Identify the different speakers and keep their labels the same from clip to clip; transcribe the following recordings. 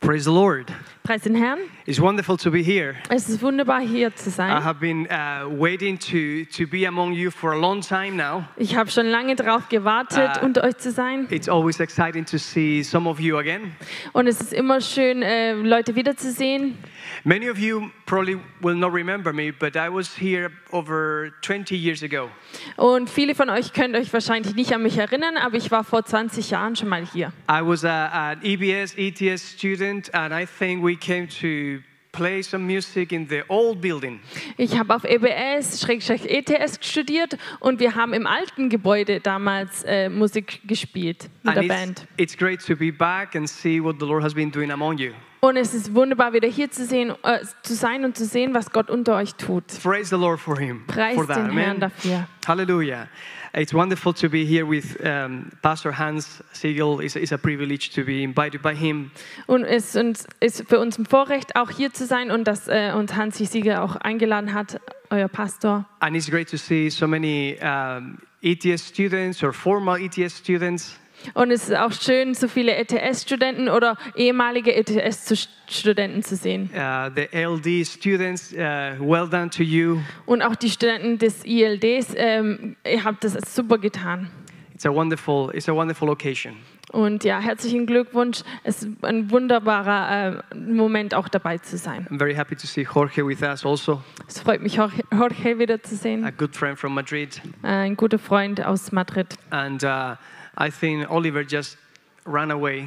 Speaker 1: Praise the Lord.
Speaker 2: Preis den Herrn.
Speaker 1: It's wonderful to be here.
Speaker 2: Es ist wunderbar, hier zu
Speaker 1: I
Speaker 2: sein.
Speaker 1: have been uh, waiting to, to be among you for a long time now.
Speaker 2: Ich habe schon lange darauf gewartet,
Speaker 1: Ah.
Speaker 2: unter euch zu sein.
Speaker 1: It's always exciting to see some of you again.
Speaker 2: Und es ist immer schön, äh, Leute wiederzusehen.
Speaker 1: Many of you probably will not remember me, but I was here over 20 years ago.
Speaker 2: Und viele von euch könnt euch wahrscheinlich nicht an mich erinnern, aber ich war vor 20 Jahren schon mal hier.
Speaker 1: I was a, an E EBS, ETS student, and I think we came to play some music in the old building.
Speaker 2: Ich habe auf EBS, Schrägstrich ETS studiert und wir haben im alten Gebäude damals äh, Musik gespielt mit der
Speaker 1: And it's-
Speaker 2: Band.
Speaker 1: it's great to be back and see what the Lord has been doing among you.
Speaker 2: Und es ist wunderbar, wieder hier zu, sehen, äh, zu sein und zu sehen, was Gott unter euch tut.
Speaker 1: Praise the Lord for him. for
Speaker 2: Preist
Speaker 1: that.
Speaker 2: den Herrn
Speaker 1: Amen.
Speaker 2: dafür.
Speaker 1: Hallelujah. It's wonderful to be here with um, Pastor Hans Siegel. It's, it's a privilege to be invited by him.
Speaker 2: Und es uns- ist für uns ein Vorrecht, auch hier zu sein und dass äh, uns Hansi Sieger auch eingeladen hat, euer Pastor.
Speaker 1: And it's great to see so many um, ETS students or former ETS students.
Speaker 2: Und es ist auch schön, so viele ETS-Studenten oder ehemalige ETS-Studenten zu sehen.
Speaker 1: Uh, the LD students, uh, well done to you.
Speaker 2: Und auch die Studenten des ILDs, ähm, ihr habt das super getan.
Speaker 1: It's a wonderful, it's a wonderful occasion.
Speaker 2: Und ja, herzlichen Glückwunsch. Es ist ein wunderbarer äh, Moment, auch dabei zu sein.
Speaker 1: I'm very happy to see Jorge with us also,
Speaker 2: Es freut mich, Jorge- Jorge wiederzusehen.
Speaker 1: a good friend from Madrid.
Speaker 2: Äh, ein guter Freund aus Madrid.
Speaker 1: And uh, I think Oliver just ran away.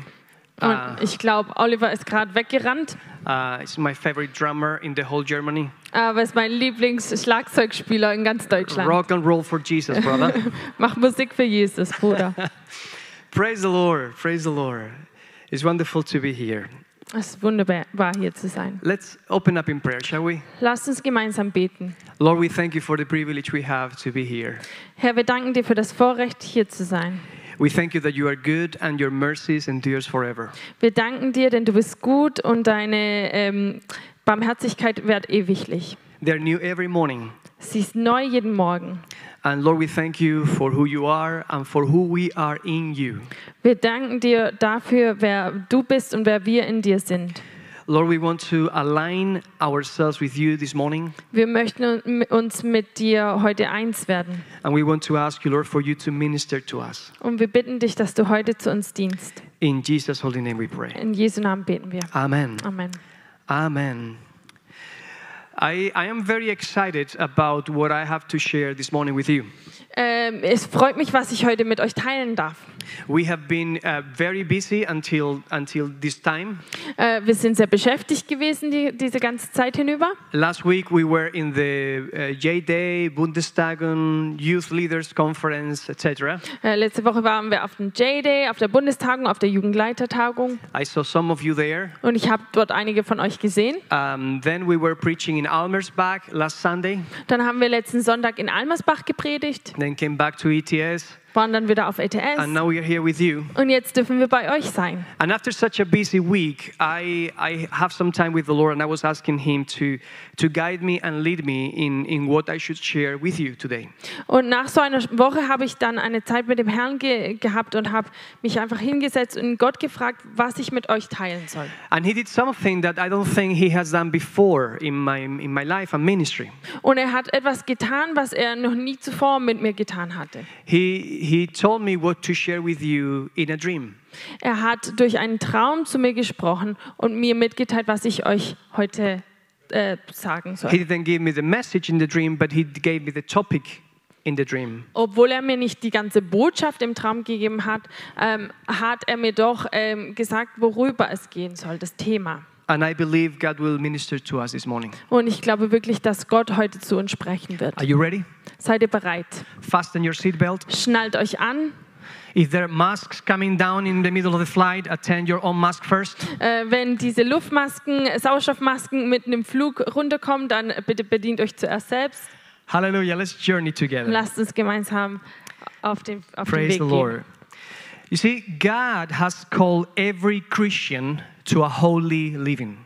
Speaker 2: Und
Speaker 1: Ah.
Speaker 2: ich glaube, Oliver ist gerade weggerannt.
Speaker 1: Uh, he's my favorite drummer in the whole Germany.
Speaker 2: Aber ist mein Lieblingsschlagzeugspieler in ganz Deutschland.
Speaker 1: Rock and roll for Jesus, brother.
Speaker 2: Mach Musik für Jesus, Bruder.
Speaker 1: praise the Lord. Praise the Lord. It's wonderful to be here.
Speaker 2: es ist wunderbar, hier zu sein.
Speaker 1: Let's open up in prayer, shall we?
Speaker 2: Lasst uns gemeinsam beten.
Speaker 1: Lord, we thank you for the privilege we have to be here.
Speaker 2: Herr, wir danken dir für das Vorrecht, hier zu sein.
Speaker 1: We thank you that you are good and your mercies endures forever.
Speaker 2: Wir danken dir, denn du bist gut und deine ähm, Barmherzigkeit währt ewiglich.
Speaker 1: They're new every morning.
Speaker 2: Sie ist neu jeden Morgen.
Speaker 1: And Lord, we thank you for who you are and for who we are in you.
Speaker 2: Wir danken dir dafür, wer du bist und wer wir in dir sind.
Speaker 1: Lord, we want to align ourselves with you this morning.
Speaker 2: Wir möchten uns mit dir heute eins werden.
Speaker 1: And we want to ask you, Lord, for you to minister to us.
Speaker 2: Und wir bitten dich, dass du heute zu uns dienst.
Speaker 1: In Jesus' holy name we pray.
Speaker 2: In Jesu Namen beten wir.
Speaker 1: Amen.
Speaker 2: Amen.
Speaker 1: Amen. I, I am very excited about what I have to share this morning with you.
Speaker 2: Ähm, es freut mich, was ich heute mit euch teilen darf.
Speaker 1: We have been uh, very busy until, until this time.
Speaker 2: Äh, wir sind sehr beschäftigt gewesen die, diese ganze Zeit hinüber.
Speaker 1: Last week we were in the uh, J Day, Bundestagen, Youth Leaders Conference, etc.
Speaker 2: Äh, letzte Woche waren wir auf dem J-Day, auf der Bundestagung, auf der Jugendleitertagung
Speaker 1: I saw some of you there.
Speaker 2: und ich habe dort einige von euch gesehen.
Speaker 1: Um, then we were preaching in Almersbach last Sunday,
Speaker 2: Dann haben wir letzten Sonntag in Almersbach gepredigt,
Speaker 1: then came back to ETS,
Speaker 2: waren dann wieder auf
Speaker 1: and
Speaker 2: ETS
Speaker 1: now we are here with you.
Speaker 2: und jetzt dürfen wir bei euch sein.
Speaker 1: And after such a busy week, I, I have some time with the Lord, and I was asking Him to, to guide me and lead me in, in what I should share with you today.
Speaker 2: Und nach so einer Woche habe ich dann eine Zeit mit dem Herrn ge gehabt und habe mich einfach hingesetzt und Gott gefragt, was ich mit euch teilen soll.
Speaker 1: And He did something that I don't think He has done before in my, in my life and ministry.
Speaker 2: Und er hat etwas getan, was er noch nie zuvor mit mir getan hatte.
Speaker 1: He, he told me what to share with you in a dream.
Speaker 2: Er hat durch einen Traum zu mir gesprochen und mir mitgeteilt, was ich euch heute äh, sagen
Speaker 1: He
Speaker 2: soll.
Speaker 1: didn't give me the message in the dream, but He gave me the topic in the dream.
Speaker 2: Obwohl er mir nicht die ganze Botschaft im Traum gegeben hat, ähm, hat er mir doch ähm, gesagt, worüber es gehen soll, das Thema.
Speaker 1: And I believe God will minister to us this morning.
Speaker 2: Und ich glaube wirklich, dass Gott heute zu uns sprechen wird.
Speaker 1: Are you ready?
Speaker 2: Seid ihr bereit?
Speaker 1: Fasten your seatbelt.
Speaker 2: Schnallt euch an.
Speaker 1: If there are masks coming down in the middle of the flight, attend your own mask first.
Speaker 2: Äh, wenn diese Luftmasken, äh, Sauerstoffmasken mitten im Flug runterkommen, dann äh, bitte bedient euch zuerst selbst.
Speaker 1: Hallelujah. Let's journey together.
Speaker 2: Lasst uns gemeinsam auf den, auf den
Speaker 1: Praise
Speaker 2: Weg
Speaker 1: the
Speaker 2: gehen.
Speaker 1: Lord. You see, God has called every Christian to a holy living.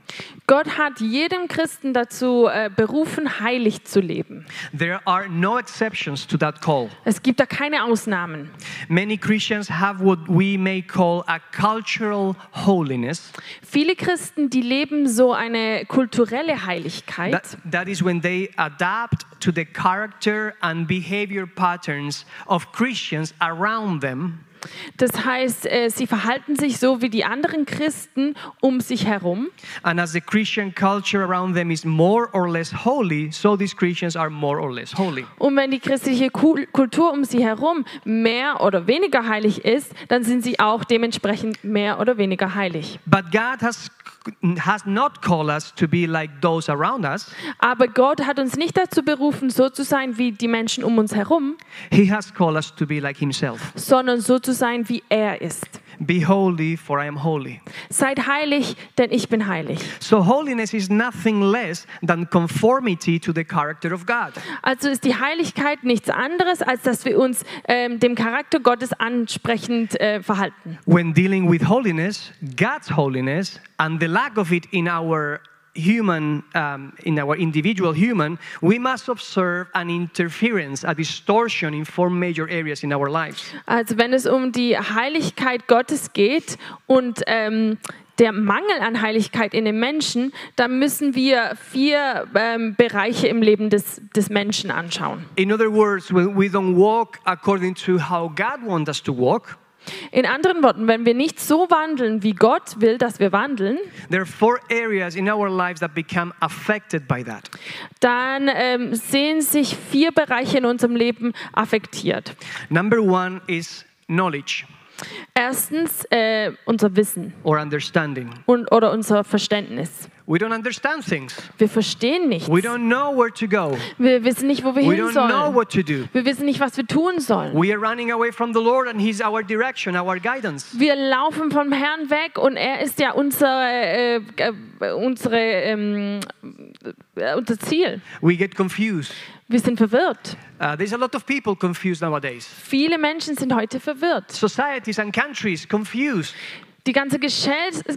Speaker 2: Gott hat jedem Christen dazu äh, berufen, heilig zu leben.
Speaker 1: There are no exceptions to that call.
Speaker 2: Es gibt da keine Ausnahmen.
Speaker 1: Many Christians have what we may call a cultural holiness.
Speaker 2: Viele Christen, die leben so eine kulturelle Heiligkeit.
Speaker 1: That, that is when they adapt to the character and behavior patterns of Christians around them
Speaker 2: Das heißt, äh, sie verhalten sich so wie die anderen Christen um sich herum.
Speaker 1: And as the Christian culture around them is more or less holy, so these Christians are more or less holy.
Speaker 2: Und wenn die christliche Kul- Kultur um sie herum mehr oder weniger heilig ist, dann sind sie auch dementsprechend mehr oder weniger heilig.
Speaker 1: But God has, has not called us to be like those around us.
Speaker 2: Aber Gott hat uns nicht dazu berufen, so zu sein wie die Menschen um uns herum,
Speaker 1: He has called us to be like Himself.
Speaker 2: sondern so zu sein, wie er ist.
Speaker 1: Be holy, for I am holy.
Speaker 2: Seid heilig, denn ich bin heilig.
Speaker 1: So, holiness is nothing less than conformity to the character of God.
Speaker 2: Also ist die Heiligkeit nichts anderes, als dass wir uns ähm, dem Charakter Gottes ansprechend äh, verhalten.
Speaker 1: When dealing with holiness, God's holiness, and the lack of it in our human, um, in our individual human, we must observe an interference, a distortion in four major areas in our lives.
Speaker 2: Also wenn es um die Heiligkeit Gottes geht und ähm, der Mangel an Heiligkeit in den Menschen, dann müssen wir vier ähm, Bereiche im Leben des, des Menschen anschauen.
Speaker 1: In other words, when we don't walk according to how God wants us to walk,
Speaker 2: In anderen Worten, wenn wir nicht so wandeln, wie Gott will, dass wir wandeln,
Speaker 1: there are four areas in our lives that become affected by that.
Speaker 2: dann ähm, sehen sich vier Bereiche in unserem Leben affektiert.
Speaker 1: Number one is knowledge
Speaker 2: Erstens äh, unser Wissen
Speaker 1: or understanding.
Speaker 2: und, oder unser Verständnis.
Speaker 1: We don't understand things.
Speaker 2: Wir verstehen nichts.
Speaker 1: We don't know where to go.
Speaker 2: Wir wissen nicht, wo wir
Speaker 1: We
Speaker 2: hin
Speaker 1: don't know
Speaker 2: sollen.
Speaker 1: what to do.
Speaker 2: Wir wissen nicht, was wir tun sollen.
Speaker 1: We are running away from the Lord and He's our direction, our guidance.
Speaker 2: wir laufen vom Herrn weg und er ist ja unser, äh, äh, unsere, ähm, äh, unser Ziel.
Speaker 1: We get confused.
Speaker 2: Wir sind verwirrt.
Speaker 1: Uh, there's a lot of people confused nowadays.
Speaker 2: Viele Menschen sind heute verwirrt.
Speaker 1: Societies and countries confused.
Speaker 2: Die ganze Geschel-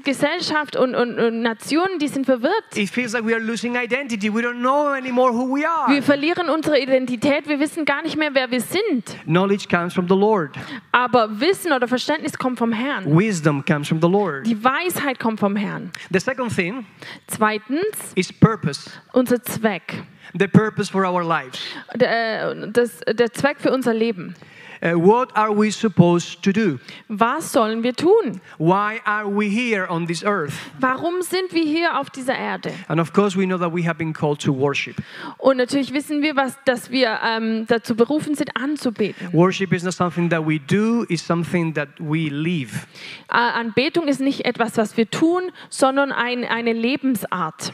Speaker 2: Gesellschaft und, und, und Nationen, die sind verwirrt.
Speaker 1: It feels like we are losing identity. We don't know anymore who we are.
Speaker 2: Wir verlieren unsere Identität, wir wissen gar nicht mehr, wer wir sind.
Speaker 1: Knowledge comes from the Lord.
Speaker 2: Aber Wissen oder Verständnis kommt vom Herrn.
Speaker 1: Wisdom comes from the Lord.
Speaker 2: Die Weisheit kommt vom Herrn.
Speaker 1: The second thing
Speaker 2: Zweitens,
Speaker 1: is purpose.
Speaker 2: unser Zweck.
Speaker 1: The purpose for our lives.
Speaker 2: Der, äh, das, der Zweck für unser Leben.
Speaker 1: Uh, what are we supposed to do?
Speaker 2: Was sollen wir tun?
Speaker 1: Why are we here on this earth?
Speaker 2: Warum sind wir hier auf dieser Erde?
Speaker 1: And of course, we know that we have been called to worship.
Speaker 2: Und natürlich wissen wir, was, dass wir ähm, dazu berufen sind, anzubeten.
Speaker 1: Worship is not something that we do, it's something that we live.
Speaker 2: Äh, Anbetung ist nicht etwas, was wir tun, sondern ein, eine Lebensart.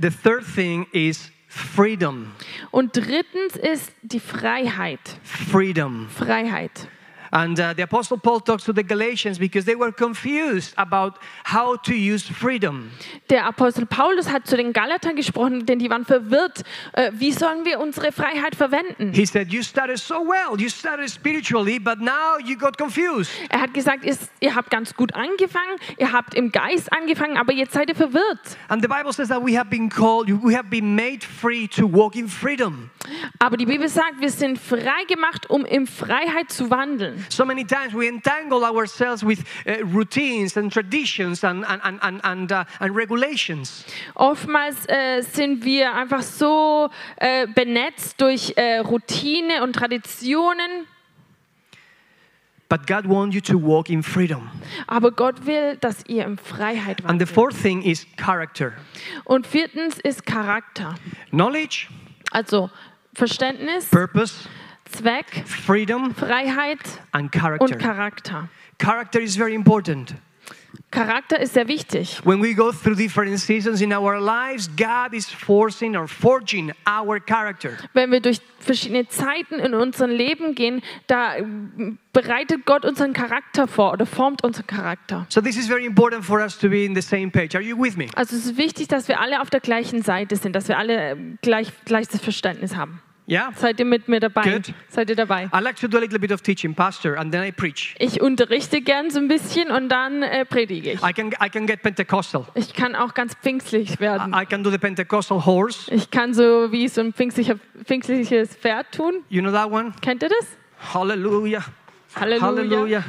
Speaker 1: The third thing is freedom.
Speaker 2: Und drittens ist die Freiheit.
Speaker 1: Freedom.
Speaker 2: Freiheit.
Speaker 1: And uh, the Apostle Paul talks to the Galatians because they were confused about how to use freedom.
Speaker 2: Der Apostel Paulus hat zu den Galatern gesprochen, denn die waren verwirrt. Äh, wie sollen wir unsere Freiheit verwenden?
Speaker 1: He said, You started so well, you started spiritually, but now you got confused.
Speaker 2: Er hat gesagt, ist, ihr habt ganz gut angefangen, ihr habt im Geist angefangen, aber jetzt seid ihr verwirrt.
Speaker 1: And the Bible says that we have been called, we have been made free to walk in freedom.
Speaker 2: Aber die Bibel sagt, wir sind frei gemacht, um in Freiheit zu wandeln.
Speaker 1: So many times we entangle ourselves with uh, routines and traditions and, and, and, and, and, uh, and regulations.
Speaker 2: Oftmals äh, sind wir einfach so äh, benetzt durch äh, Routine und Traditionen,
Speaker 1: But God wants you to walk in freedom.
Speaker 2: aber Gott will, dass ihr in Freiheit
Speaker 1: And the
Speaker 2: wandelt.
Speaker 1: fourth thing is character.
Speaker 2: Und viertens ist Charakter,
Speaker 1: Knowledge,
Speaker 2: also Verständnis,
Speaker 1: purpose,
Speaker 2: Zweck,
Speaker 1: freedom,
Speaker 2: Freiheit
Speaker 1: and
Speaker 2: und
Speaker 1: character.
Speaker 2: Charakter.
Speaker 1: Character is very important.
Speaker 2: Charakter ist sehr wichtig.
Speaker 1: When we go through different seasons in our lives, God is forcing or forging our character.
Speaker 2: Wenn wir durch verschiedene Zeiten in unserem Leben gehen, da ähm, bereitet Gott unseren Charakter vor oder formt unseren Charakter.
Speaker 1: So this is very important for us to be in the same page. Are you with me?
Speaker 2: Also es ist wichtig, dass wir alle auf der gleichen Seite sind, dass wir alle ähm, gleich, gleiches äh, Verständnis haben.
Speaker 1: Yeah?
Speaker 2: Seid ihr mit mir dabei?
Speaker 1: Good.
Speaker 2: Seid ihr dabei?
Speaker 1: I like to do a little bit of teaching, Pastor, and then I preach.
Speaker 2: Ich unterrichte gern so ein bisschen und dann äh, predige ich.
Speaker 1: I can, I can get Pentecostal.
Speaker 2: Ich kann auch ganz pfingstlich werden.
Speaker 1: I can do the Pentecostal horse.
Speaker 2: Ich kann so wie so ein pfingstlicher, pfingstliches Pferd tun.
Speaker 1: You know that one?
Speaker 2: Kennt ihr das?
Speaker 1: Hallelujah.
Speaker 2: Halleluja.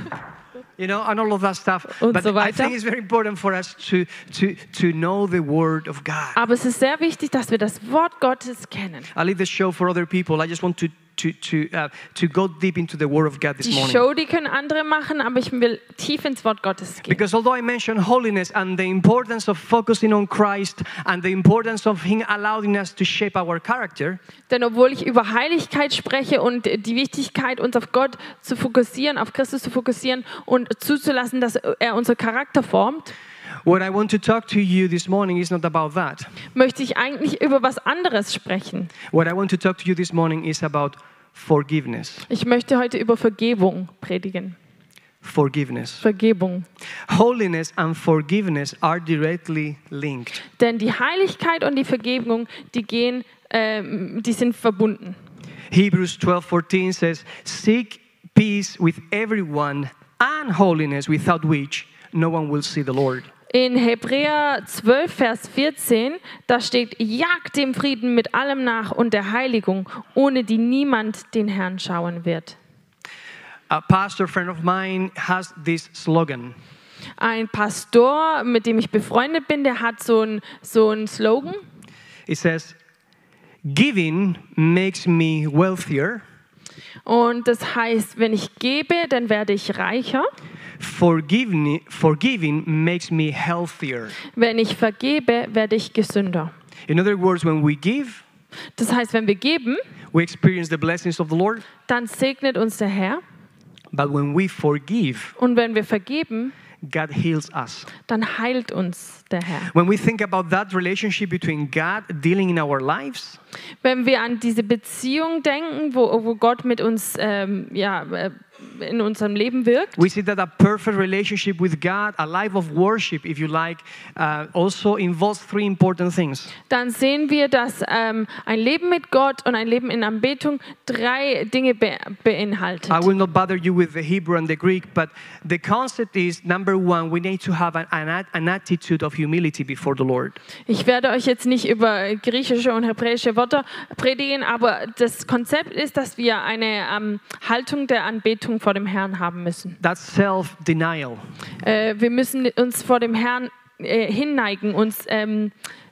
Speaker 1: You know, and all of that stuff.
Speaker 2: Und
Speaker 1: but
Speaker 2: so
Speaker 1: I
Speaker 2: weiter.
Speaker 1: think it's very important for us to, to, to know the Word of God.
Speaker 2: Aber es ist sehr wichtig, dass wir das Wort Gottes kennen.
Speaker 1: I leave the show for other people. I just want to, to, to, uh, to go deep into the Word of God this
Speaker 2: Die
Speaker 1: morning.
Speaker 2: Show, die können andere machen, aber ich will tief ins Wort Gottes gehen.
Speaker 1: Because although I mentioned holiness and the importance of focusing on Christ and the importance of Him allowing us to shape our character,
Speaker 2: Denn obwohl ich über Heiligkeit spreche und die Wichtigkeit, uns auf Gott zu fokussieren, auf Christus zu fokussieren und zuzulassen, dass er unser Charakter formt,
Speaker 1: what I want to talk to you this morning is not about that.
Speaker 2: möchte ich eigentlich über was anderes sprechen.
Speaker 1: What I want to talk to you this morning is about forgiveness.
Speaker 2: Ich möchte heute über Vergebung predigen.
Speaker 1: Forgiveness.
Speaker 2: Vergebung.
Speaker 1: Holiness and forgiveness are directly linked.
Speaker 2: Denn die Heiligkeit und die Vergebung, die gehen, ähm, die sind verbunden.
Speaker 1: Hebrews 12:14 says, "Seek peace with everyone and holiness without which no one will see the Lord."
Speaker 2: In Hebräer 12, Vers 14, da steht, jagt dem Frieden mit allem nach und der Heiligung, ohne die niemand den Herrn schauen wird.
Speaker 1: A pastor friend of mine has this slogan.
Speaker 2: Ein Pastor, mit dem ich befreundet bin, der hat so einen so einen Slogan.
Speaker 1: It says, "Giving makes me wealthier,
Speaker 2: Und das heißt, wenn ich gebe, dann werde ich reicher.
Speaker 1: forgiving, forgiving makes me healthier."
Speaker 2: Wenn ich vergebe, werde ich gesünder.
Speaker 1: In other words, when we give,
Speaker 2: Das heißt, wenn wir geben,
Speaker 1: we experience the blessings of the Lord,
Speaker 2: dann segnet uns der Herr.
Speaker 1: but when we forgive,
Speaker 2: Und wenn wir vergeben,
Speaker 1: God heals us.
Speaker 2: dann heilt uns der Herr.
Speaker 1: When we think about that relationship between God dealing in our lives
Speaker 2: Wenn wir an diese Beziehung denken, wo, wo Gott mit uns ähm, ja, äh, in unserem Leben wirkt,
Speaker 1: We see that a perfect relationship with God, a life of worship, if you like, uh, also involves three important things
Speaker 2: dann sehen wir, dass ähm, ein Leben mit Gott und ein Leben in Anbetung drei Dinge be beinhaltet.
Speaker 1: I will not bother you with the Hebrew and the Greek, but the concept is number one, we need to have an, an, at- an attitude of humility before the Lord.
Speaker 2: Ich werde euch jetzt nicht über griechische und hebräische Wörter predigen, aber das Konzept ist, dass wir eine ähm, Haltung der Anbetung vor dem Herrn haben müssen.
Speaker 1: That's self denial.
Speaker 2: Äh, wir müssen uns vor dem Herrn äh, hinneigen, uns, ähm,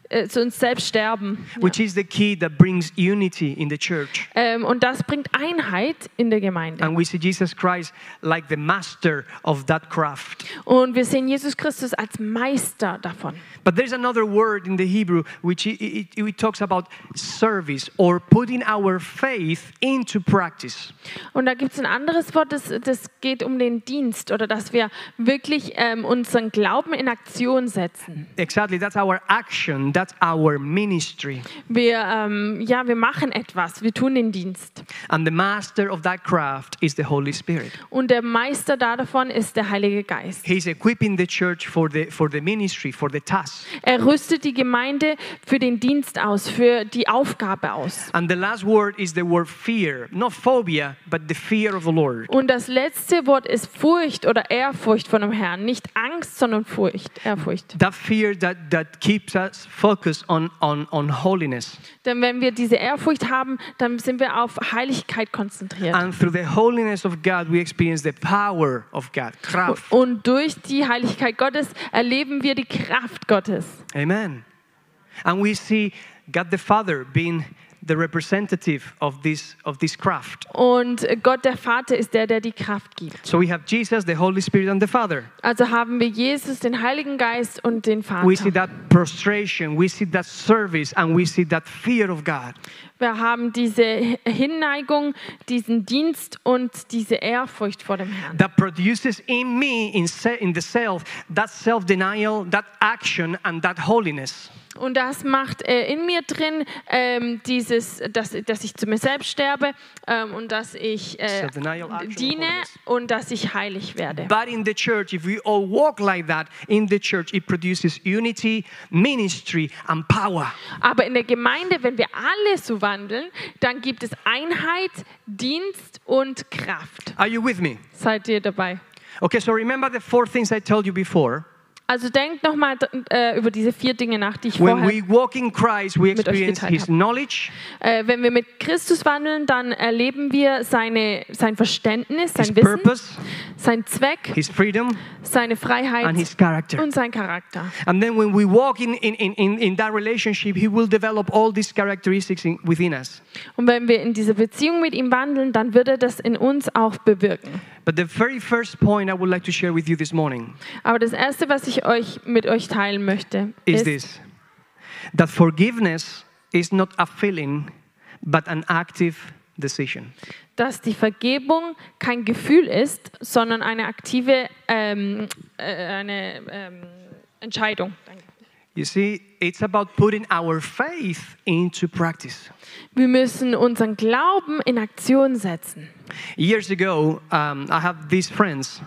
Speaker 2: äh, zu uns selbst sterben.
Speaker 1: Which is the key that brings unity in the church.
Speaker 2: Ähm, und das bringt Einheit in der Gemeinde.
Speaker 1: And we see Jesus Christ like the master of that craft.
Speaker 2: Und wir sehen Jesus Christus als Meister davon.
Speaker 1: But there's another word in the Hebrew which it, it, it talks about service or putting our faith into practice.
Speaker 2: Und da gibt es ein anderes Wort, das, das geht um den Dienst oder dass wir wirklich ähm, unseren Glauben in Aktion setzen.
Speaker 1: Exactly, that's our action, that's our ministry.
Speaker 2: Wir, ähm, ja, wir machen etwas, wir tun den Dienst.
Speaker 1: And the master of that craft is the Holy Spirit.
Speaker 2: Und der Meister da davon ist der Heilige Geist.
Speaker 1: He's equipping the church for the, for the ministry, for the task.
Speaker 2: Er rüstet die Gemeinde für den Dienst aus, für die Aufgabe aus.
Speaker 1: And the last word is the word fear, not phobia, but the fear of the Lord.
Speaker 2: Und das letzte Wort ist Furcht oder Ehrfurcht von dem Herrn. Nicht Angst, sondern Furcht, Ehrfurcht.
Speaker 1: That fear that, that keeps us focused on, on, on holiness.
Speaker 2: Denn wenn wir diese Ehrfurcht haben, dann sind wir auf Heiligkeit konzentriert.
Speaker 1: And through the holiness of God, we experience the power of God, craft.
Speaker 2: Und durch die Heiligkeit Gottes erleben wir die Kraft Gottes.
Speaker 1: Amen. And we see God the Father being the representative of this, of this craft.
Speaker 2: Und Gott, der Vater, ist der, der die Kraft gibt.
Speaker 1: So we have Jesus, the Holy Spirit, and the Father.
Speaker 2: Also haben wir Jesus, den Heiligen Geist und den Vater.
Speaker 1: We see that prostration, we see that service, and we see that fear of God.
Speaker 2: Wir haben diese Hinneigung, diesen Dienst und diese Ehrfurcht vor dem Herrn.
Speaker 1: That produces in me, in, se- in the self, that self denial, that action, and that holiness.
Speaker 2: Und das macht äh, in mir drin ähm, dieses, dass, dass ich zu mir selbst sterbe ähm, und dass ich äh,
Speaker 1: So denial, action,
Speaker 2: diene
Speaker 1: holiness.
Speaker 2: und dass ich heilig werde.
Speaker 1: But in the church, if we all walk like that, in the church it produces unity, ministry, and power.
Speaker 2: Aber in der Gemeinde, wenn wir alle so wandeln, dann gibt es Einheit, Dienst und Kraft.
Speaker 1: Are you with me?
Speaker 2: Seid ihr dabei?
Speaker 1: Okay, so remember the four things I told you before.
Speaker 2: Also denkt nochmal äh, über diese vier Dinge nach, die ich
Speaker 1: When
Speaker 2: vorher...
Speaker 1: we walk in Christ, we
Speaker 2: euch
Speaker 1: experience
Speaker 2: geteilt
Speaker 1: His
Speaker 2: habe.
Speaker 1: knowledge,
Speaker 2: Äh, wenn wir mit Christus wandeln, dann erleben wir seine, sein Verständnis,
Speaker 1: His
Speaker 2: sein Wissen,
Speaker 1: purpose,
Speaker 2: sein Zweck,
Speaker 1: His freedom,
Speaker 2: seine
Speaker 1: and
Speaker 2: Freiheit
Speaker 1: His character.
Speaker 2: und sein Charakter.
Speaker 1: And then when we walk in, in, in- in, in that relationship, He will develop all these characteristics in, within us.
Speaker 2: Und wenn wir in dieser Beziehung mit ihm wandeln, dann wird er das in uns auch bewirken.
Speaker 1: But the very first point I would like to share with you this morning
Speaker 2: Aber das Erste, was ich euch mit euch teilen möchte,
Speaker 1: is
Speaker 2: ist,
Speaker 1: this that forgiveness is not a feeling, but an active decision.
Speaker 2: dass die Vergebung kein Gefühl ist, sondern eine aktive ähm, äh, eine, ähm, Entscheidung.
Speaker 1: You see, it's about putting our faith into practice.
Speaker 2: Wir müssen unseren Glauben in Aktion setzen.
Speaker 1: Years ago, um, I have these friends,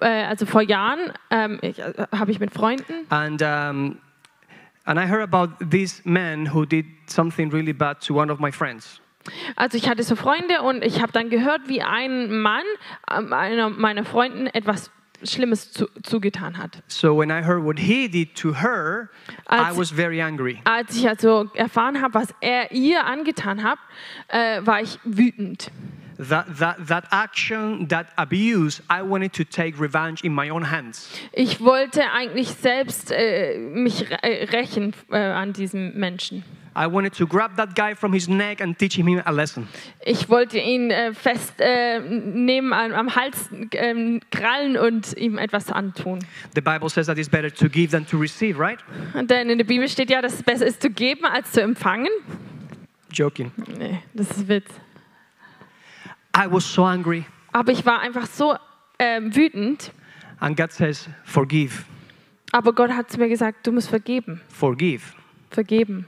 Speaker 2: Äh, also vor Jahren ähm, ich, äh, habe ich mit Freunden
Speaker 1: and um, and I heard about this man who did something really bad to one of my friends.
Speaker 2: Also ich hatte so Freunde und ich habe dann gehört, wie ein Mann ähm, einer meiner Freunden etwas Schlimmes zu, zugetan hat.
Speaker 1: So when I heard what he did to her, I
Speaker 2: Als-
Speaker 1: was very angry.
Speaker 2: Als ich also erfahren habe, was er ihr angetan hat, äh, war ich wütend.
Speaker 1: That, that, that action, that abuse, I wanted to take revenge in my own hands.
Speaker 2: Ich wollte eigentlich selbst äh, mich re äh, rächen äh, an diesem Menschen.
Speaker 1: I wanted to grab that guy from his neck and teach him a lesson.
Speaker 2: Ich wollte ihn äh, festnehmen, äh, nehmen, am, am Hals ähm, krallen und ihm etwas antun.
Speaker 1: The Bible says that it's better to give than to receive, right?
Speaker 2: Denn in der Bibel steht ja, dass es besser ist zu geben als zu empfangen.
Speaker 1: Joking.
Speaker 2: Nee, das ist Witz.
Speaker 1: I was so angry.
Speaker 2: Aber ich war einfach so ähm, wütend.
Speaker 1: And God says, forgive,
Speaker 2: Aber Gott hat zu mir gesagt, du musst vergeben,
Speaker 1: forgive.
Speaker 2: vergeben.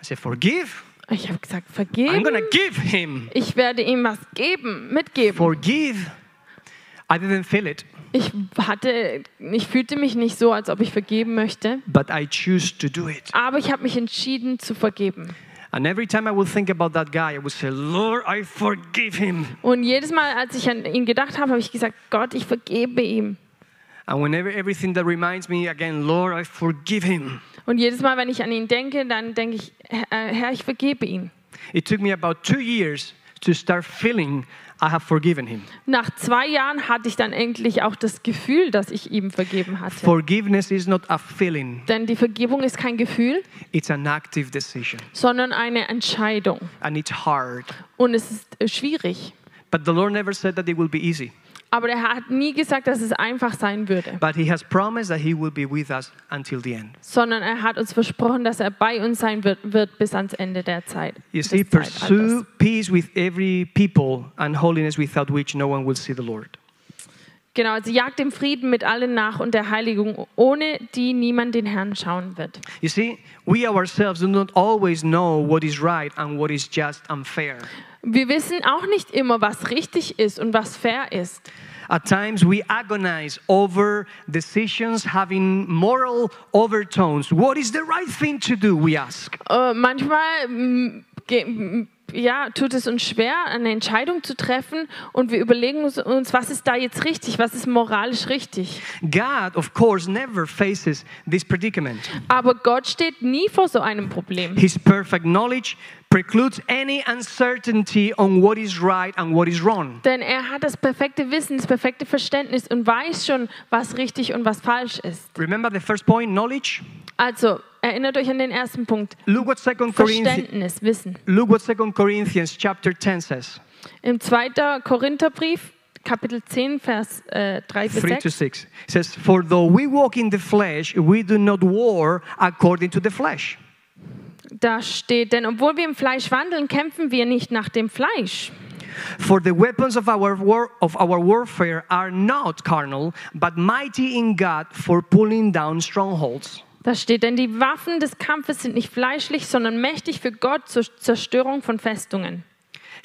Speaker 1: I said, forgive?
Speaker 2: Ich habe gesagt,
Speaker 1: I'm
Speaker 2: vergeben.
Speaker 1: going to give him.
Speaker 2: Ich werde ihm was geben, mitgeben.
Speaker 1: Forgive. I didn't feel it,
Speaker 2: Ich hatte, ich fühlte mich nicht so, als ob ich vergeben möchte.
Speaker 1: but I choose to do it.
Speaker 2: Aber ich habe mich entschieden zu vergeben.
Speaker 1: And every time I would think about that guy, I would say, Lord, I forgive him.
Speaker 2: Und jedes Mal, als ich an ihn gedacht habe, habe ich gesagt, Gott, ich vergebe ihm.
Speaker 1: And whenever everything that reminds me again, Lord, I forgive him.
Speaker 2: Und jedes Mal, wenn ich an ihn denke, dann denke ich, Herr, äh, Herr, ich vergebe ihn.
Speaker 1: It took me about two years to start feeling I have forgiven him.
Speaker 2: Nach zwei Jahren hatte ich dann endlich auch das Gefühl, dass ich ihm vergeben hatte.
Speaker 1: Forgiveness is not a feeling,
Speaker 2: Denn die Vergebung ist kein Gefühl,
Speaker 1: it's an active decision.
Speaker 2: sondern eine Entscheidung.
Speaker 1: And it's hard.
Speaker 2: Und es ist äh, schwierig.
Speaker 1: But the Lord never said that it will be easy.
Speaker 2: Aber der Herr hat nie gesagt, dass es einfach sein würde,
Speaker 1: But He has promised that He will be with us until the end.
Speaker 2: sondern er hat uns versprochen, dass er bei uns sein wird, wird bis ans Ende der Zeit.
Speaker 1: You
Speaker 2: des
Speaker 1: see, pursue
Speaker 2: Zeitalters.
Speaker 1: peace with every people and holiness without which no one will see the Lord.
Speaker 2: Genau, also jagt dem Frieden mit allen nach und der Heiligung, ohne die niemand den Herrn schauen wird.
Speaker 1: You see, we ourselves do not always know what is right and what is just and fair.
Speaker 2: Wir wissen auch nicht immer, was richtig ist und was fair ist.
Speaker 1: At times, we agonize over decisions having moral overtones. What is the right thing to do? We ask.
Speaker 2: Äh, manchmal mm, ge- mm, ja, tut es uns schwer, eine Entscheidung zu treffen und wir überlegen uns- uns, was ist da jetzt richtig, was ist moralisch richtig.
Speaker 1: God, of course, never faces this predicament.
Speaker 2: Aber Gott steht nie vor so einem Problem.
Speaker 1: His perfect knowledge precludes any uncertainty on what is right and what is wrong.
Speaker 2: Denn er hat das perfekte Wissen, das perfekte Verständnis und weiß schon, was richtig und was falsch ist.
Speaker 1: Remember the first point, knowledge?
Speaker 2: Also erinnert euch an den ersten Punkt.
Speaker 1: Look what 2 Corinthians,
Speaker 2: Verständnis, Wissen.
Speaker 1: look what 2 Corinthians chapter 10 says.
Speaker 2: Im 2. Korintherbrief, Kapitel 10, Vers äh, 3 bis
Speaker 1: 3 to
Speaker 2: 6.
Speaker 1: 6 it says for though we walk in the flesh we do not war according to the flesh
Speaker 2: Da steht, denn obwohl wir im Fleisch wandeln, kämpfen wir nicht nach dem Fleisch.
Speaker 1: for the weapons of our war of our warfare are not carnal but mighty in God for pulling down strongholds
Speaker 2: Da steht, denn die Waffen des Kampfes sind nicht fleischlich, sondern mächtig für Gott zur Zerstörung von Festungen.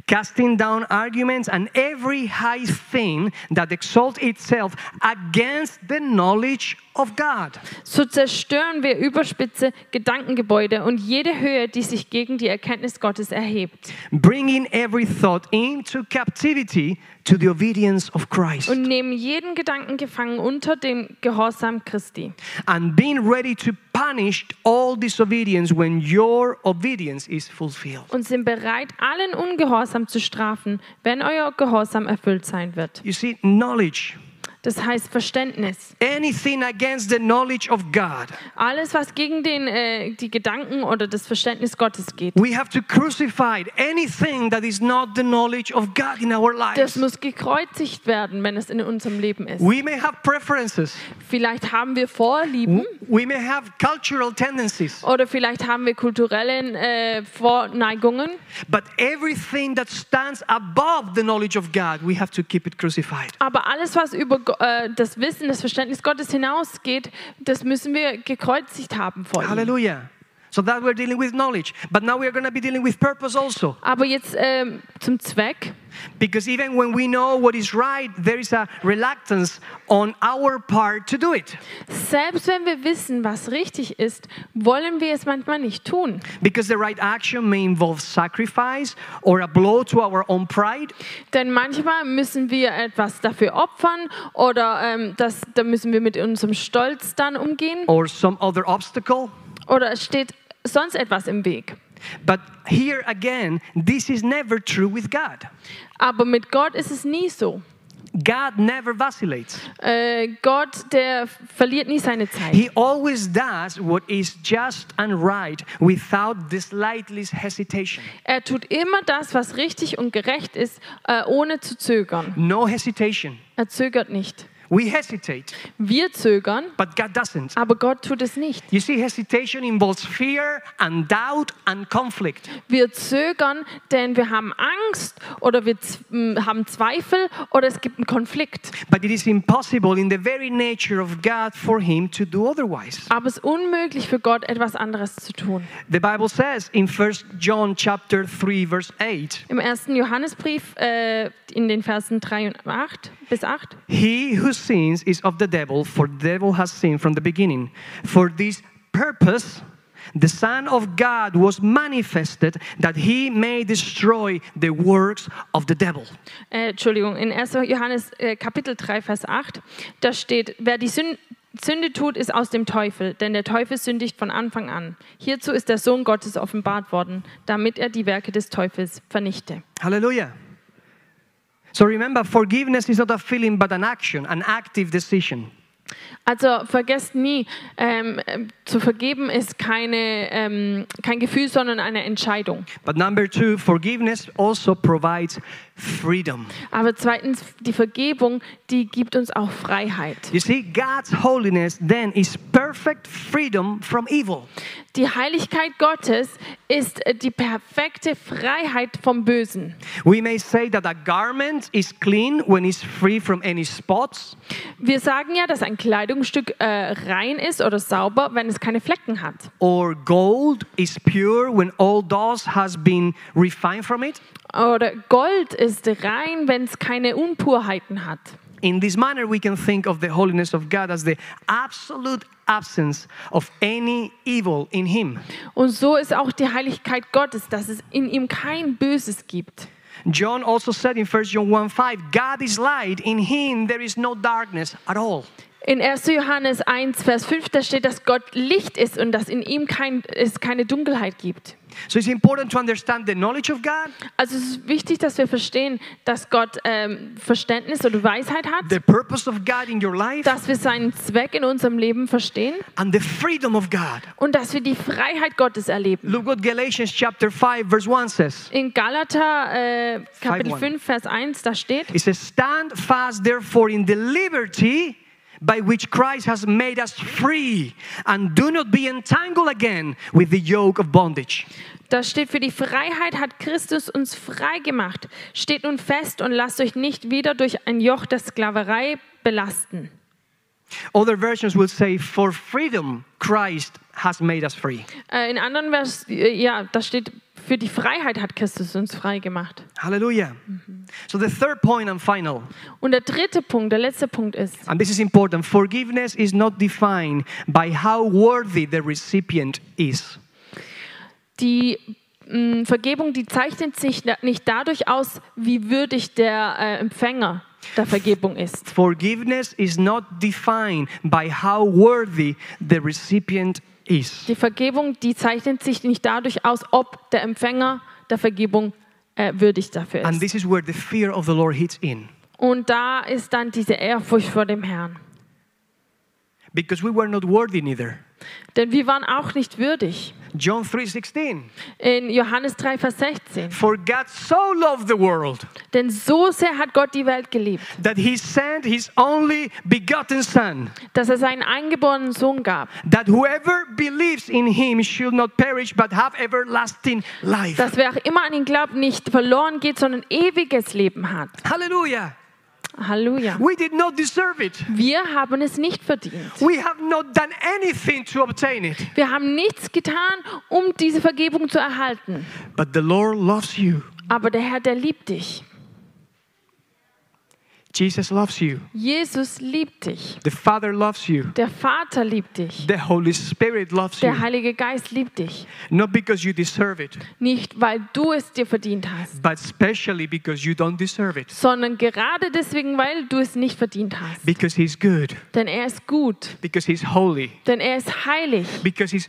Speaker 1: casting down arguments and every high thing that exalts itself against the knowledge of God.
Speaker 2: So zerstören wir überspitze Gedankengebäude und jede Höhe, die sich gegen die Erkenntnis Gottes erhebt.
Speaker 1: bringing every thought into captivity to the obedience of Christ,
Speaker 2: Und nehmen jeden Gedanken gefangen unter dem Gehorsam Christi.
Speaker 1: and being ready to punish all disobedience when your obedience is fulfilled.
Speaker 2: Und sind bereit, allen Ungehorsam zu strafen, wenn euer Gehorsam erfüllt sein wird.
Speaker 1: You see, knowledge,
Speaker 2: Das heißt Verständnis.
Speaker 1: anything against the knowledge of God,
Speaker 2: Alles, was gegen den, äh, die Gedanken oder das Verständnis Gottes geht.
Speaker 1: we have to crucify anything that is not the knowledge of God in our
Speaker 2: Das
Speaker 1: lives.
Speaker 2: muss gekreuzigt werden, wenn es in unserem Leben ist.
Speaker 1: We may have preferences,
Speaker 2: Vielleicht haben wir Vorlieben
Speaker 1: we may have cultural tendencies,
Speaker 2: oder vielleicht haben wir kulturelle äh, Vorneigungen,
Speaker 1: but everything that stands above the knowledge of God, we have to keep it crucified.
Speaker 2: aber alles, was über Go- äh, das Wissen, das Verständnis Gottes hinausgeht, das müssen wir gekreuzigt haben vor ihm.
Speaker 1: Hallelujah. So that we're dealing with knowledge. But now we're going to be dealing with purpose also.
Speaker 2: Aber jetzt ähm, zum Zweck.
Speaker 1: Because even when we know what is right, there is a reluctance on our part to do it.
Speaker 2: Selbst wenn wir wissen, was richtig ist, wollen wir es manchmal nicht tun,
Speaker 1: Because the right action may involve sacrifice or a blow to our own pride.
Speaker 2: denn manchmal müssen wir etwas dafür opfern oder ähm, das, da müssen wir mit unserem Stolz dann umgehen.
Speaker 1: Or some other obstacle.
Speaker 2: oder es steht sonst etwas im Weg.
Speaker 1: But here again, this is never true with God.
Speaker 2: Aber mit Gott ist es nie so.
Speaker 1: God never vacillates.
Speaker 2: Äh, Gott, der verliert nie seine Zeit.
Speaker 1: He always does what is just and right without the slightest hesitation.
Speaker 2: Er tut immer das, was richtig und gerecht ist, äh, ohne zu zögern.
Speaker 1: No hesitation.
Speaker 2: Er zögert nicht.
Speaker 1: We hesitate,
Speaker 2: Wir zögern,
Speaker 1: but God doesn't.
Speaker 2: aber Gott tut es nicht.
Speaker 1: You see, hesitation involves fear and doubt and conflict.
Speaker 2: Wir zögern, denn wir haben Angst oder wir z- m, haben Zweifel oder es gibt einen Konflikt.
Speaker 1: But it is impossible in the very nature of God for Him to do otherwise.
Speaker 2: Aber es ist unmöglich für Gott, etwas anderes zu tun.
Speaker 1: The Bible says in 1 John chapter 3, verse 8,
Speaker 2: Im ersten Johannesbrief äh, in den Versen 3 und 8 bis 8.
Speaker 1: He who sins is of the devil, for the devil has sinned from the beginning. For this purpose, the Son of God was manifested that he may destroy the works of the devil.
Speaker 2: äh, Entschuldigung, in 1. Johannes äh, Kapitel 3, Vers 8, da steht, wer die Sünde, Sünde tut, ist aus dem Teufel, denn der Teufel sündigt von Anfang an. Hierzu ist der Sohn Gottes offenbart worden, damit er die Werke des Teufels vernichte.
Speaker 1: Hallelujah. So remember, forgiveness is not a feeling but an action, an active decision.
Speaker 2: Also vergesst nie, ähm, ähm, zu vergeben ist keine, ähm, kein Gefühl, sondern eine Entscheidung.
Speaker 1: But number two, forgiveness also provides freedom.
Speaker 2: Aber zweitens, die Vergebung, die gibt uns auch Freiheit.
Speaker 1: You see, God's holiness then is perfect freedom from evil.
Speaker 2: Die Heiligkeit Gottes ist äh, die perfekte Freiheit vom Bösen.
Speaker 1: We may say that a garment is clean when it's free from any spots,
Speaker 2: Wir sagen ja, dass ein Kleidungsstück äh, rein ist oder sauber, wenn es keine Flecken hat.
Speaker 1: or gold is pure when all dust has been refined from it.
Speaker 2: Oder Gold ist rein, wenn es keine Unpurheiten hat.
Speaker 1: In this manner, we can think of the holiness of God as the absolute absence of any evil in Him.
Speaker 2: Und so ist auch die Heiligkeit Gottes, dass es in ihm kein Böses gibt.
Speaker 1: John also said in 1 John 1 5, God is light, in Him there is no darkness at all.
Speaker 2: In 1. Johannes 1, Vers 5, da steht, dass Gott Licht ist und dass in ihm kein, es keine Dunkelheit gibt.
Speaker 1: So it's important to understand the knowledge of God,
Speaker 2: Also es ist wichtig, dass wir verstehen, dass Gott ähm, Verständnis oder Weisheit hat,
Speaker 1: the purpose of God in your life,
Speaker 2: dass wir seinen Zweck in unserem Leben verstehen
Speaker 1: and the freedom of God.
Speaker 2: und dass wir die Freiheit Gottes erleben.
Speaker 1: Look what Galatians chapter 5 verse 1 says.
Speaker 2: In Galater äh, Kapitel
Speaker 1: 5,1.
Speaker 2: 5, Vers 1, da steht,
Speaker 1: It says, Stand fast, therefore, in the liberty by which Christ has made us free, and do not be entangled again with the yoke of bondage.
Speaker 2: da steht, für die Freiheit hat Christus uns frei gemacht. Steht nun fest und lasst euch nicht wieder durch ein Joch der Sklaverei belasten.
Speaker 1: Other versions will say, For freedom, Christ has made us free.
Speaker 2: Äh, in anderen Vers äh, ja, da steht, für die Freiheit hat Christus uns frei gemacht.
Speaker 1: Hallelujah. So, the third point and final,
Speaker 2: Und der dritte Punkt, der letzte Punkt ist,
Speaker 1: and this is important forgiveness is not defined by how worthy the recipient is.
Speaker 2: die mh, Vergebung, die zeichnet sich na- nicht dadurch aus, wie würdig der äh, Empfänger der Vergebung ist.
Speaker 1: Forgiveness is not defined by how worthy the recipient is.
Speaker 2: Die Vergebung, die zeichnet sich nicht dadurch aus, ob der Empfänger der Vergebung äh, würdig dafür
Speaker 1: And
Speaker 2: ist.
Speaker 1: this is where the fear of the Lord hits in.
Speaker 2: Und da ist dann diese Ehrfurcht vor dem Herrn.
Speaker 1: Because we were not worthy neither.
Speaker 2: Denn wir waren auch nicht würdig.
Speaker 1: John 3:16.
Speaker 2: In Johannes 3, Vers 16.
Speaker 1: For God so loved the world
Speaker 2: Denn so sehr hat Gott die Welt geliebt,
Speaker 1: that he sent his only begotten son
Speaker 2: dass er seinen eingeborenen Sohn gab,
Speaker 1: that whoever believes in him should not perish but have everlasting life.
Speaker 2: dass wer auch immer an ihn glaubt, nicht verloren geht, sondern ewiges Leben hat.
Speaker 1: Hallelujah.
Speaker 2: Halleluja.
Speaker 1: We did not deserve it.
Speaker 2: Wir haben es nicht verdient.
Speaker 1: We have not done anything to obtain it.
Speaker 2: Wir haben nichts getan, um diese Vergebung zu erhalten.
Speaker 1: But the Lord loves you.
Speaker 2: Aber der Herr, der liebt dich.
Speaker 1: Jesus loves you.
Speaker 2: Jesus liebt dich.
Speaker 1: The Father loves you.
Speaker 2: Der Vater liebt dich.
Speaker 1: The Holy Spirit loves you.
Speaker 2: Der Heilige Geist liebt dich.
Speaker 1: Not because you deserve it,
Speaker 2: Nicht, weil du es dir verdient hast,
Speaker 1: but especially because you don't deserve it.
Speaker 2: sondern gerade deswegen, weil du es nicht verdient hast.
Speaker 1: Because He's good.
Speaker 2: Denn er ist gut.
Speaker 1: Because He's holy.
Speaker 2: Denn er ist heilig.
Speaker 1: Because His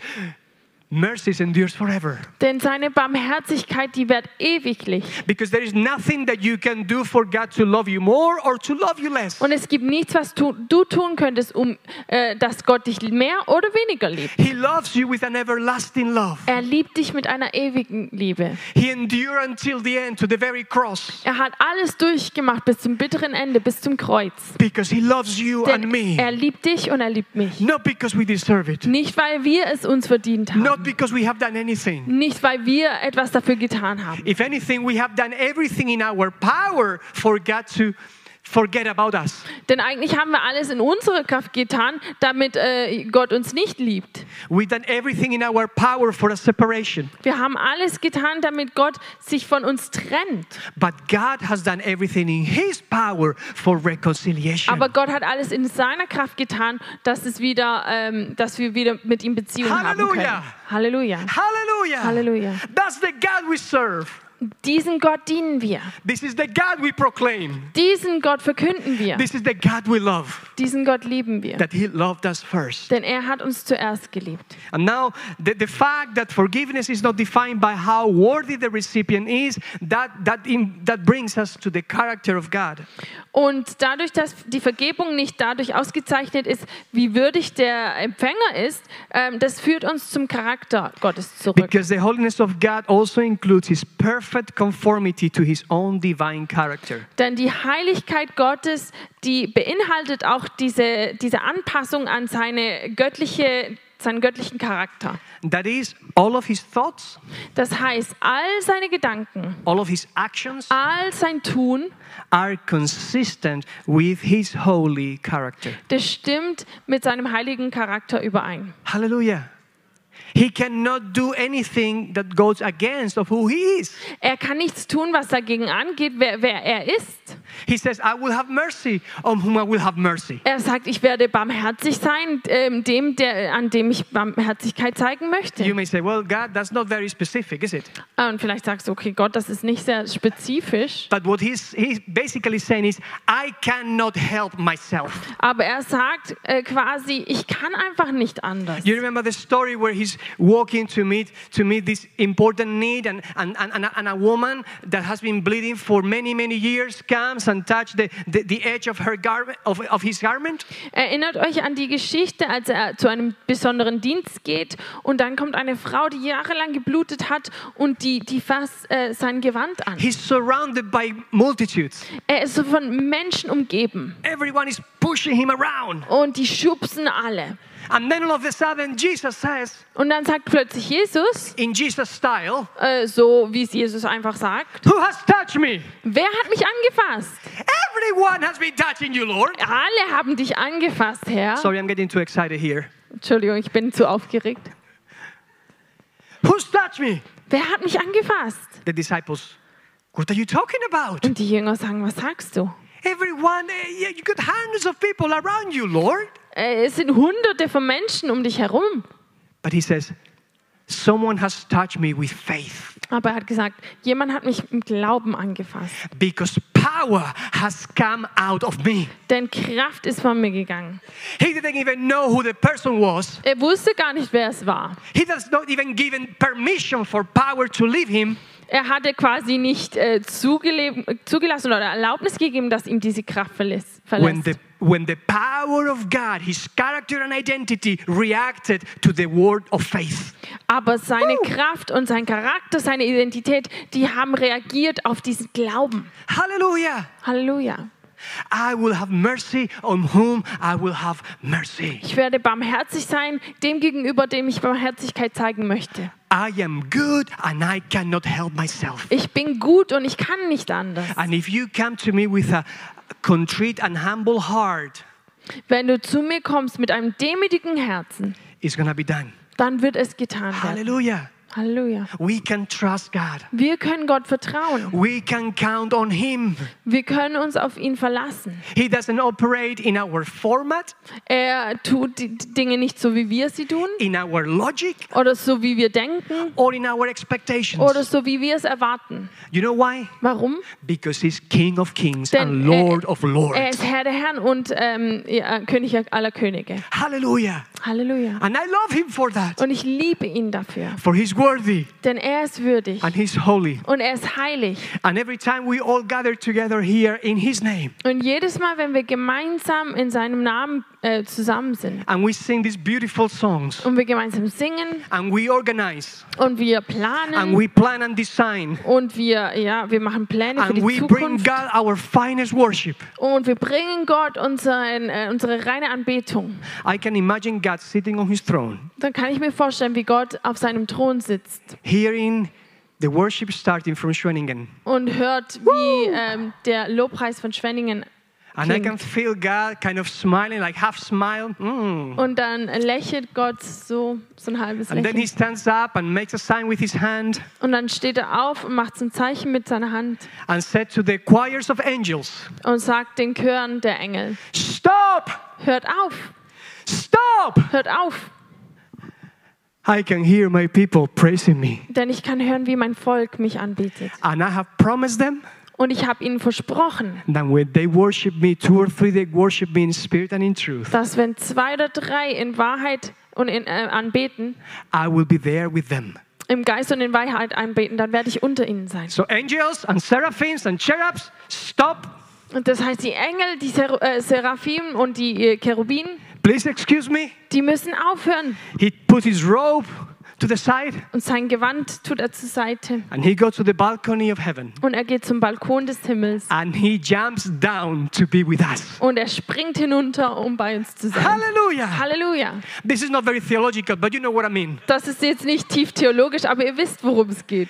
Speaker 1: mercies endures forever.
Speaker 2: Denn seine Barmherzigkeit, die währt ewiglich.
Speaker 1: Because there is nothing that you can do for God to love you more or to love you less.
Speaker 2: Und es gibt nichts, was tu, du tun könntest, um äh, dass Gott dich mehr oder weniger liebt.
Speaker 1: He loves you with an everlasting love.
Speaker 2: Er liebt dich mit einer ewigen Liebe.
Speaker 1: He endured until the end to the very cross.
Speaker 2: Er hat alles durchgemacht bis zum bitteren Ende, bis zum Kreuz.
Speaker 1: Because He loves you and
Speaker 2: Denn
Speaker 1: me.
Speaker 2: er liebt dich und er liebt mich.
Speaker 1: Not because we deserve it.
Speaker 2: Nicht, weil wir es uns verdient haben.
Speaker 1: Not because we have done anything.
Speaker 2: Nicht, weil wir etwas dafür getan haben.
Speaker 1: If anything, we have done everything in our power for God to forget about us.
Speaker 2: Denn eigentlich haben wir alles in unserer Kraft getan, damit äh, Gott uns nicht liebt.
Speaker 1: We've done everything in our power for a separation.
Speaker 2: Wir haben alles getan, damit Gott sich von uns trennt.
Speaker 1: But God has done everything in His power for reconciliation.
Speaker 2: Aber Gott hat alles in seiner Kraft getan, dass, es wieder, ähm, dass wir wieder mit ihm Beziehung
Speaker 1: Halleluja.
Speaker 2: haben können. Halleluja.
Speaker 1: Hallelujah!
Speaker 2: Hallelujah.
Speaker 1: That's the God we serve.
Speaker 2: Diesen Gott dienen wir.
Speaker 1: This is the God we proclaim.
Speaker 2: Diesen Gott verkünden wir.
Speaker 1: This is the God we love.
Speaker 2: Diesen Gott lieben wir.
Speaker 1: That He loved us first.
Speaker 2: Denn er hat uns zuerst geliebt.
Speaker 1: And now, the, the fact that forgiveness is not defined by how worthy the recipient is, that, that, in, that brings us to the character of God.
Speaker 2: Und dadurch, dass die Vergebung nicht dadurch ausgezeichnet ist, wie würdig der Empfänger ist, ähm, das führt uns zum Charakter Gottes zurück.
Speaker 1: Because the holiness of God also includes his perfect conformity to his own divine character.
Speaker 2: Denn die Heiligkeit Gottes, die beinhaltet auch diese, diese Anpassung an seine göttliche, seinen göttlichen Charakter.
Speaker 1: That is, all of his thoughts,
Speaker 2: Das heißt, all seine Gedanken,
Speaker 1: all of his actions
Speaker 2: all sein Tun,
Speaker 1: are consistent with his holy character.
Speaker 2: das stimmt mit seinem heiligen Charakter überein.
Speaker 1: Hallelujah. He cannot do anything that goes against of who he is.
Speaker 2: Er kann nichts tun, was dagegen angeht, wer, wer er ist.
Speaker 1: He says, I will have mercy on whom I will have mercy.
Speaker 2: Er sagt, ich werde barmherzig sein, ähm, dem, der, an dem ich Barmherzigkeit zeigen möchte.
Speaker 1: You may say, well, God, that's not very specific, is it?
Speaker 2: Ah, Und vielleicht sagst du, okay, Gott, das ist nicht sehr spezifisch.
Speaker 1: But what he's, he's basically saying is, I cannot help myself.
Speaker 2: Aber er sagt äh, quasi, ich kann einfach nicht anders.
Speaker 1: You remember the story where he's walking to meet to meet this important need, and and, and, and, a, and a woman that has been bleeding for many many years comes and touches the, the, the edge of her garment of, of his garment,
Speaker 2: Erinnert euch an die Geschichte, als er zu einem besonderen Dienst geht und dann kommt eine Frau, die jahrelang geblutet hat und die, die fasst äh, sein Gewand an.
Speaker 1: he's surrounded by multitudes.
Speaker 2: Er ist so von Menschen umgeben
Speaker 1: Everyone is pushing him around,
Speaker 2: und die schubsen alle.
Speaker 1: and then all of a sudden Jesus says,
Speaker 2: Und dann sagt plötzlich Jesus,
Speaker 1: in Jesus style,
Speaker 2: äh, so wie es Jesus einfach sagt,
Speaker 1: "Who has touched me?"
Speaker 2: wer hat mich angefasst?
Speaker 1: Everyone has been touching you, Lord.
Speaker 2: Alle haben dich angefasst, Herr.
Speaker 1: Sorry, I'm getting too excited here.
Speaker 2: Entschuldigung, ich bin zu aufgeregt.
Speaker 1: Who's touched me?
Speaker 2: Wer hat mich angefasst?
Speaker 1: The disciples. What are you talking about?
Speaker 2: Und die Jünger sagen, was sagst du?
Speaker 1: Everyone, eh, yeah, you got hundreds of people around you, Lord.
Speaker 2: Äh, Es sind hunderte von Menschen um dich herum.
Speaker 1: But he says, Someone has touched me with faith
Speaker 2: Aber er hat gesagt, jemand hat mich im Glauben angefasst.
Speaker 1: because power has come out of me.
Speaker 2: Denn Kraft ist von mir gegangen.
Speaker 1: He didn't even know who the person was.
Speaker 2: Er wusste gar nicht, wer es war.
Speaker 1: He does not even given permission for power to leave him.
Speaker 2: Er hatte quasi nicht äh, zugele- zugelassen oder Erlaubnis gegeben, dass ihm diese Kraft verlässt.
Speaker 1: When
Speaker 2: verlässt.
Speaker 1: the, when the power of God, his character and identity reacted to the word of faith.
Speaker 2: Aber seine Kraft und sein Charakter, seine Identität, die haben reagiert auf diesen Glauben.
Speaker 1: Hallelujah.
Speaker 2: Halleluja.
Speaker 1: I will have mercy on whom I will have mercy.
Speaker 2: Ich werde barmherzig sein, dem gegenüber, dem ich Barmherzigkeit zeigen möchte.
Speaker 1: I am good and I cannot help myself.
Speaker 2: Ich bin gut und ich kann nicht anders.
Speaker 1: And if you come to me with a contrite and humble heart,
Speaker 2: Wenn du zu mir kommst mit einem demütigen Herzen,
Speaker 1: it's going to be done.
Speaker 2: dann wird es getan werden.
Speaker 1: Hallelujah.
Speaker 2: Halleluja.
Speaker 1: We can trust God.
Speaker 2: Wir können Gott vertrauen.
Speaker 1: We can count on Him.
Speaker 2: Wir können uns auf ihn verlassen.
Speaker 1: He doesn't operate in our format,
Speaker 2: Er tut die die Dinge nicht so, wie wir sie tun
Speaker 1: in our logic,
Speaker 2: oder so, wie wir denken
Speaker 1: or in our expectations.
Speaker 2: oder so, wie wir es erwarten.
Speaker 1: You know why?
Speaker 2: Warum?
Speaker 1: Because He's King of Kings and
Speaker 2: Denn er-
Speaker 1: Lord of
Speaker 2: Er
Speaker 1: Lords.
Speaker 2: ist Herr der Herren und ähm, ja, König aller Könige.
Speaker 1: Hallelujah.
Speaker 2: Halleluja.
Speaker 1: And I love Him for that.
Speaker 2: Und ich liebe ihn dafür,
Speaker 1: For He's worthy
Speaker 2: denn er ist würdig
Speaker 1: and He's holy.
Speaker 2: und er ist heilig.
Speaker 1: And every time we all gather together here in His name
Speaker 2: Und jedes Mal, wenn wir gemeinsam in seinem Namen äh, zusammen sind
Speaker 1: and we sing these beautiful songs
Speaker 2: und wir gemeinsam singen
Speaker 1: and we organize
Speaker 2: und wir
Speaker 1: and
Speaker 2: planen
Speaker 1: we plan and design
Speaker 2: und wir, ja, wir machen Pläne für
Speaker 1: and
Speaker 2: die
Speaker 1: we bring
Speaker 2: Zukunft
Speaker 1: God our finest worship,
Speaker 2: und wir bringen Gott unseren, äh, unsere reine Anbetung,
Speaker 1: I can imagine God sitting on His throne,
Speaker 2: dann kann ich mir vorstellen, wie Gott auf seinem Thron sitzt
Speaker 1: hearing the worship starting from Schwenningen.
Speaker 2: und hört, wie ähm, der Lobpreis von Schwenningen
Speaker 1: And I can feel God kind of smiling, like half smile. mm.
Speaker 2: Und dann lächelt Gott so, so ein halbes
Speaker 1: And then
Speaker 2: Lächeln.
Speaker 1: He stands up and makes a sign with His hand
Speaker 2: Und dann steht er auf und macht so ein Zeichen mit seiner Hand
Speaker 1: and said to the choirs of angels,
Speaker 2: und sagt den Chören der Engel,
Speaker 1: Stop!
Speaker 2: hört auf,
Speaker 1: Stop!
Speaker 2: hört auf,
Speaker 1: I can hear my people praising me.
Speaker 2: denn ich kann hören, wie mein Volk mich anbetet.
Speaker 1: And I have promised them
Speaker 2: Und ich habe ihnen versprochen,
Speaker 1: that when they worship me, two or three, they worship me in spirit and in truth.
Speaker 2: dass wenn zwei oder drei in Wahrheit und in, äh, anbeten,
Speaker 1: I will be there with them.
Speaker 2: im Geist und in Wahrheit anbeten, dann werde ich unter ihnen sein.
Speaker 1: So angels and seraphims and cherubs, stop.
Speaker 2: Und das heißt, die Engel, die Ser äh, Seraphim und die äh, Cherubim,
Speaker 1: Please excuse me.
Speaker 2: die müssen aufhören.
Speaker 1: He put his robe to the side
Speaker 2: Und sein Gewand tut er zur Seite.
Speaker 1: and he goes to the balcony of heaven
Speaker 2: Und er geht zum Balkon des Himmels
Speaker 1: and he jumps down to be with us.
Speaker 2: und er springt hinunter, um bei uns zu sein.
Speaker 1: Hallelujah.
Speaker 2: Halleluja.
Speaker 1: This is not very theological, but you know what I mean.
Speaker 2: Das ist jetzt nicht tief theologisch, aber ihr wisst, worum es geht.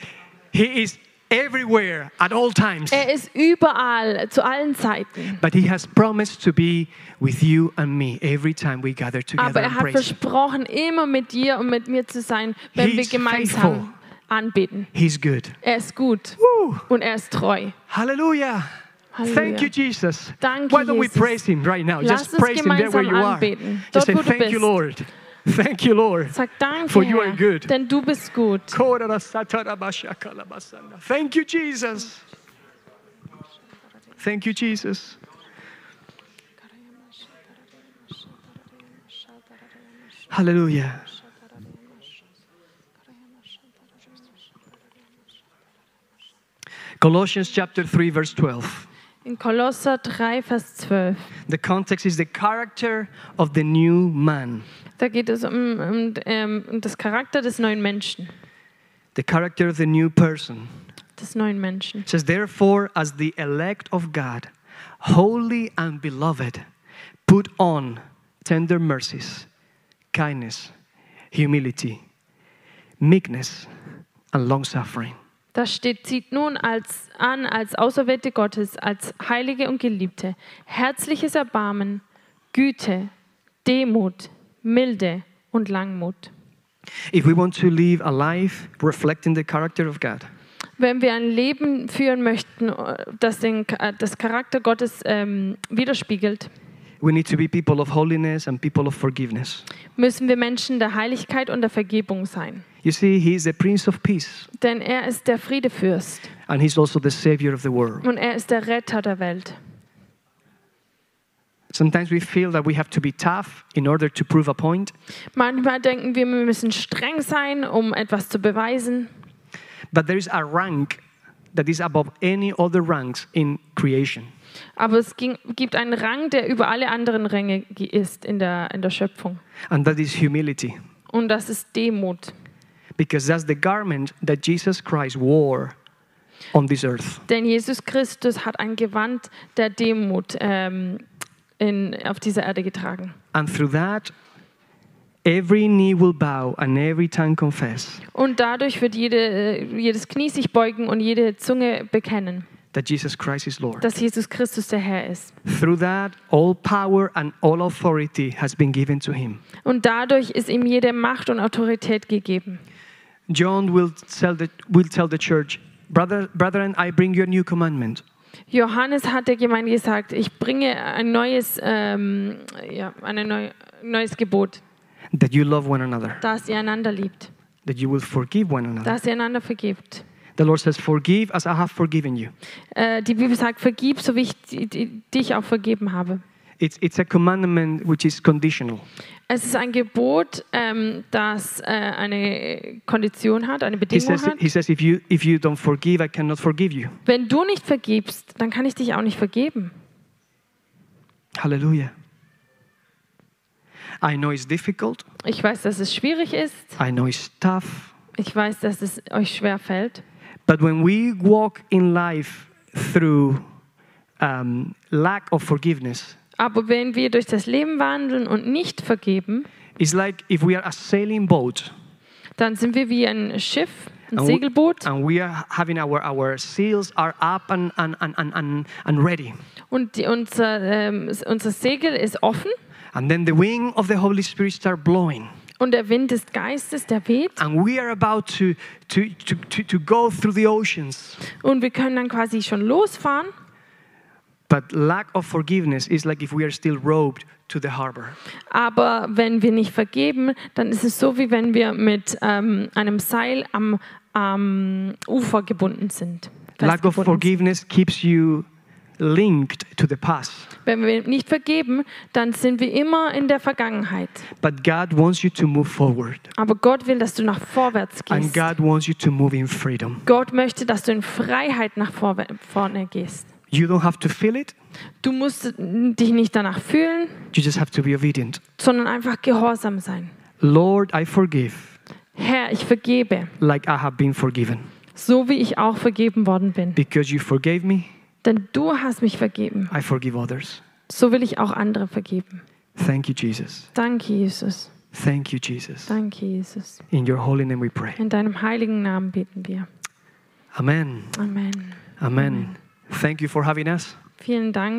Speaker 1: He is everywhere at all times,
Speaker 2: Er ist überall, zu allen Zeiten.
Speaker 1: but he has promised to be with you and me every time we gather together
Speaker 2: Aber er
Speaker 1: and
Speaker 2: hat
Speaker 1: praise. him.
Speaker 2: versprochen, immer mit dir und mit mir zu sein, wenn
Speaker 1: He
Speaker 2: wir
Speaker 1: is faithful.
Speaker 2: gemeinsam anbeten.
Speaker 1: He's good.
Speaker 2: Er ist gut
Speaker 1: Woo.
Speaker 2: und er ist treu.
Speaker 1: Hallelujah. Thank
Speaker 2: Halleluja.
Speaker 1: you, Jesus.
Speaker 2: Danke,
Speaker 1: Why don't we
Speaker 2: Jesus.
Speaker 1: praise Him right now?
Speaker 2: Lass
Speaker 1: Just
Speaker 2: uns
Speaker 1: praise Him there where you
Speaker 2: gemeinsam
Speaker 1: are.
Speaker 2: anbeten.
Speaker 1: Just
Speaker 2: Dort,
Speaker 1: say,
Speaker 2: wo du
Speaker 1: Thank you,
Speaker 2: bist."
Speaker 1: Lord. Thank you, Lord.
Speaker 2: Sag danke,
Speaker 1: For you are
Speaker 2: Herr,
Speaker 1: good.
Speaker 2: denn du bist gut.
Speaker 1: Korarasatarabasakalabasana. Thank you, Jesus. Thank you, Jesus. Hallelujah. Colossians chapter 3, verse 12.
Speaker 2: In Kolosser 3, Vers 12.
Speaker 1: The context is the character of the new man.
Speaker 2: Da geht es um, um, ähm, um das Charakter des neuen Menschen.
Speaker 1: the character of the new person.
Speaker 2: Des neuen Menschen.
Speaker 1: It says, Therefore, as the elect of God, holy and beloved, put on tender mercies, kindness, humility, meekness, and long suffering.
Speaker 2: Das steht, zieht nun als an als Auserwählte Gottes, als Heilige und Geliebte. Herzliches Erbarmen, Güte, Demut, Milde und Langmut.
Speaker 1: If we want to live a life reflecting the character of God,
Speaker 2: Wenn wir ein Leben führen möchten, äh, das den, äh, das Charakter Gottes ähm, widerspiegelt,
Speaker 1: we need to be people of holiness and people of forgiveness.
Speaker 2: müssen wir Menschen der Heiligkeit und der Vergebung sein.
Speaker 1: You see, He is the Prince of Peace,
Speaker 2: Denn er ist der Friedefürst
Speaker 1: and He's also the Savior of the world.
Speaker 2: und er ist der Retter der Welt.
Speaker 1: Sometimes we feel that we have to be tough in order to prove a point,
Speaker 2: Manchmal denken wir, wir müssen streng sein, um etwas zu beweisen.
Speaker 1: but there is a rank that is above any other ranks in creation.
Speaker 2: Aber es ging, gibt einen Rang, der über alle anderen Ränge ge- ist in der, in der Schöpfung.
Speaker 1: And that is humility,
Speaker 2: Und das ist Demut.
Speaker 1: because that's the garment that Jesus Christ wore on this earth.
Speaker 2: Denn Jesus Christus hat ein Gewand der Demut ähm, in, auf dieser Erde getragen.
Speaker 1: And through that, every knee will bow and every tongue confess
Speaker 2: Und dadurch wird jede, äh, jedes Knie sich beugen und jede Zunge bekennen,
Speaker 1: that Jesus Christ is Lord.
Speaker 2: dass Jesus Christus der Herr ist.
Speaker 1: Through that, all power and all authority has been given to him.
Speaker 2: Und dadurch ist ihm jede Macht und Autorität gegeben.
Speaker 1: John will tell the, will tell the church, Brother, Brethren, I bring you a new commandment.
Speaker 2: Johannes hat der Gemeinde gesagt, ich bringe ein neues, ähm, ja, ein neu, neues Gebot,
Speaker 1: That you love one another,
Speaker 2: dass ihr einander liebt,
Speaker 1: that you will forgive one another.
Speaker 2: dass ihr einander vergebt.
Speaker 1: The Lord says, Forgive as I have forgiven you.
Speaker 2: Äh, die Bibel sagt, vergib, so wie ich di- di- dich auch vergeben habe.
Speaker 1: It's, it's a commandment which is conditional.
Speaker 2: Es ist ein Gebot, ähm, das äh, eine Kondition hat, eine
Speaker 1: He
Speaker 2: Bedingung
Speaker 1: says,
Speaker 2: hat.
Speaker 1: he says if, you, if you don't forgive, I cannot forgive you.
Speaker 2: Wenn du nicht vergibst, dann kann ich dich auch nicht vergeben.
Speaker 1: Hallelujah. I know it's difficult.
Speaker 2: Ich weiß, dass es schwierig ist.
Speaker 1: I know it's tough.
Speaker 2: Ich weiß, dass es euch schwer fällt.
Speaker 1: But when we walk in life through um, lack of forgiveness,
Speaker 2: Aber wenn wir durch das Leben wandeln und nicht vergeben,
Speaker 1: it's like if we are a sailing boat
Speaker 2: dann sind wir wie ein Schiff, ein
Speaker 1: Oh.
Speaker 2: Segelboot
Speaker 1: and we are having our, our sails are up and, and, and, and, and, and ready.
Speaker 2: und die, unser, ähm, s- unser Segel ist offen
Speaker 1: And then the wing of the Holy Spirit start blowing.
Speaker 2: und der Wind des Geistes, der weht
Speaker 1: And we are about to, to, to, to, to go through the oceans.
Speaker 2: und wir können dann quasi schon losfahren.
Speaker 1: But lack of forgiveness is like if we are still roped to the harbor.
Speaker 2: Aber wenn wir nicht vergeben, dann ist es so, wie wenn wir mit ähm, einem Seil am, am Ufer gebunden sind.
Speaker 1: Lack of
Speaker 2: festgebunden sind.
Speaker 1: forgiveness keeps you linked to the past.
Speaker 2: Wenn wir nicht vergeben, dann sind wir immer in der Vergangenheit.
Speaker 1: But God wants you to move forward.
Speaker 2: Aber Gott will, dass du nach vorwärts
Speaker 1: And
Speaker 2: gehst.
Speaker 1: God wants you to move in freedom.
Speaker 2: Gott möchte, dass du in Freiheit nach vorwär- vorne gehst.
Speaker 1: You don't have to feel it,
Speaker 2: Du musst dich nicht danach fühlen,
Speaker 1: you just have to be obedient.
Speaker 2: sondern einfach gehorsam sein.
Speaker 1: Lord, I forgive
Speaker 2: Herr, ich vergebe,
Speaker 1: like I have been forgiven.
Speaker 2: so wie ich auch vergeben worden bin.
Speaker 1: Because you forgave me,
Speaker 2: Denn du hast mich vergeben,
Speaker 1: I forgive others.
Speaker 2: so will ich auch andere vergeben.
Speaker 1: Thank you, Jesus.
Speaker 2: Danke, Jesus.
Speaker 1: Thank you, Jesus.
Speaker 2: Danke, Jesus.
Speaker 1: In your holy name we pray.
Speaker 2: In deinem heiligen Namen beten wir.
Speaker 1: Amen.
Speaker 2: Amen.
Speaker 1: Amen. Thank you for having us.
Speaker 2: Vielen Dank.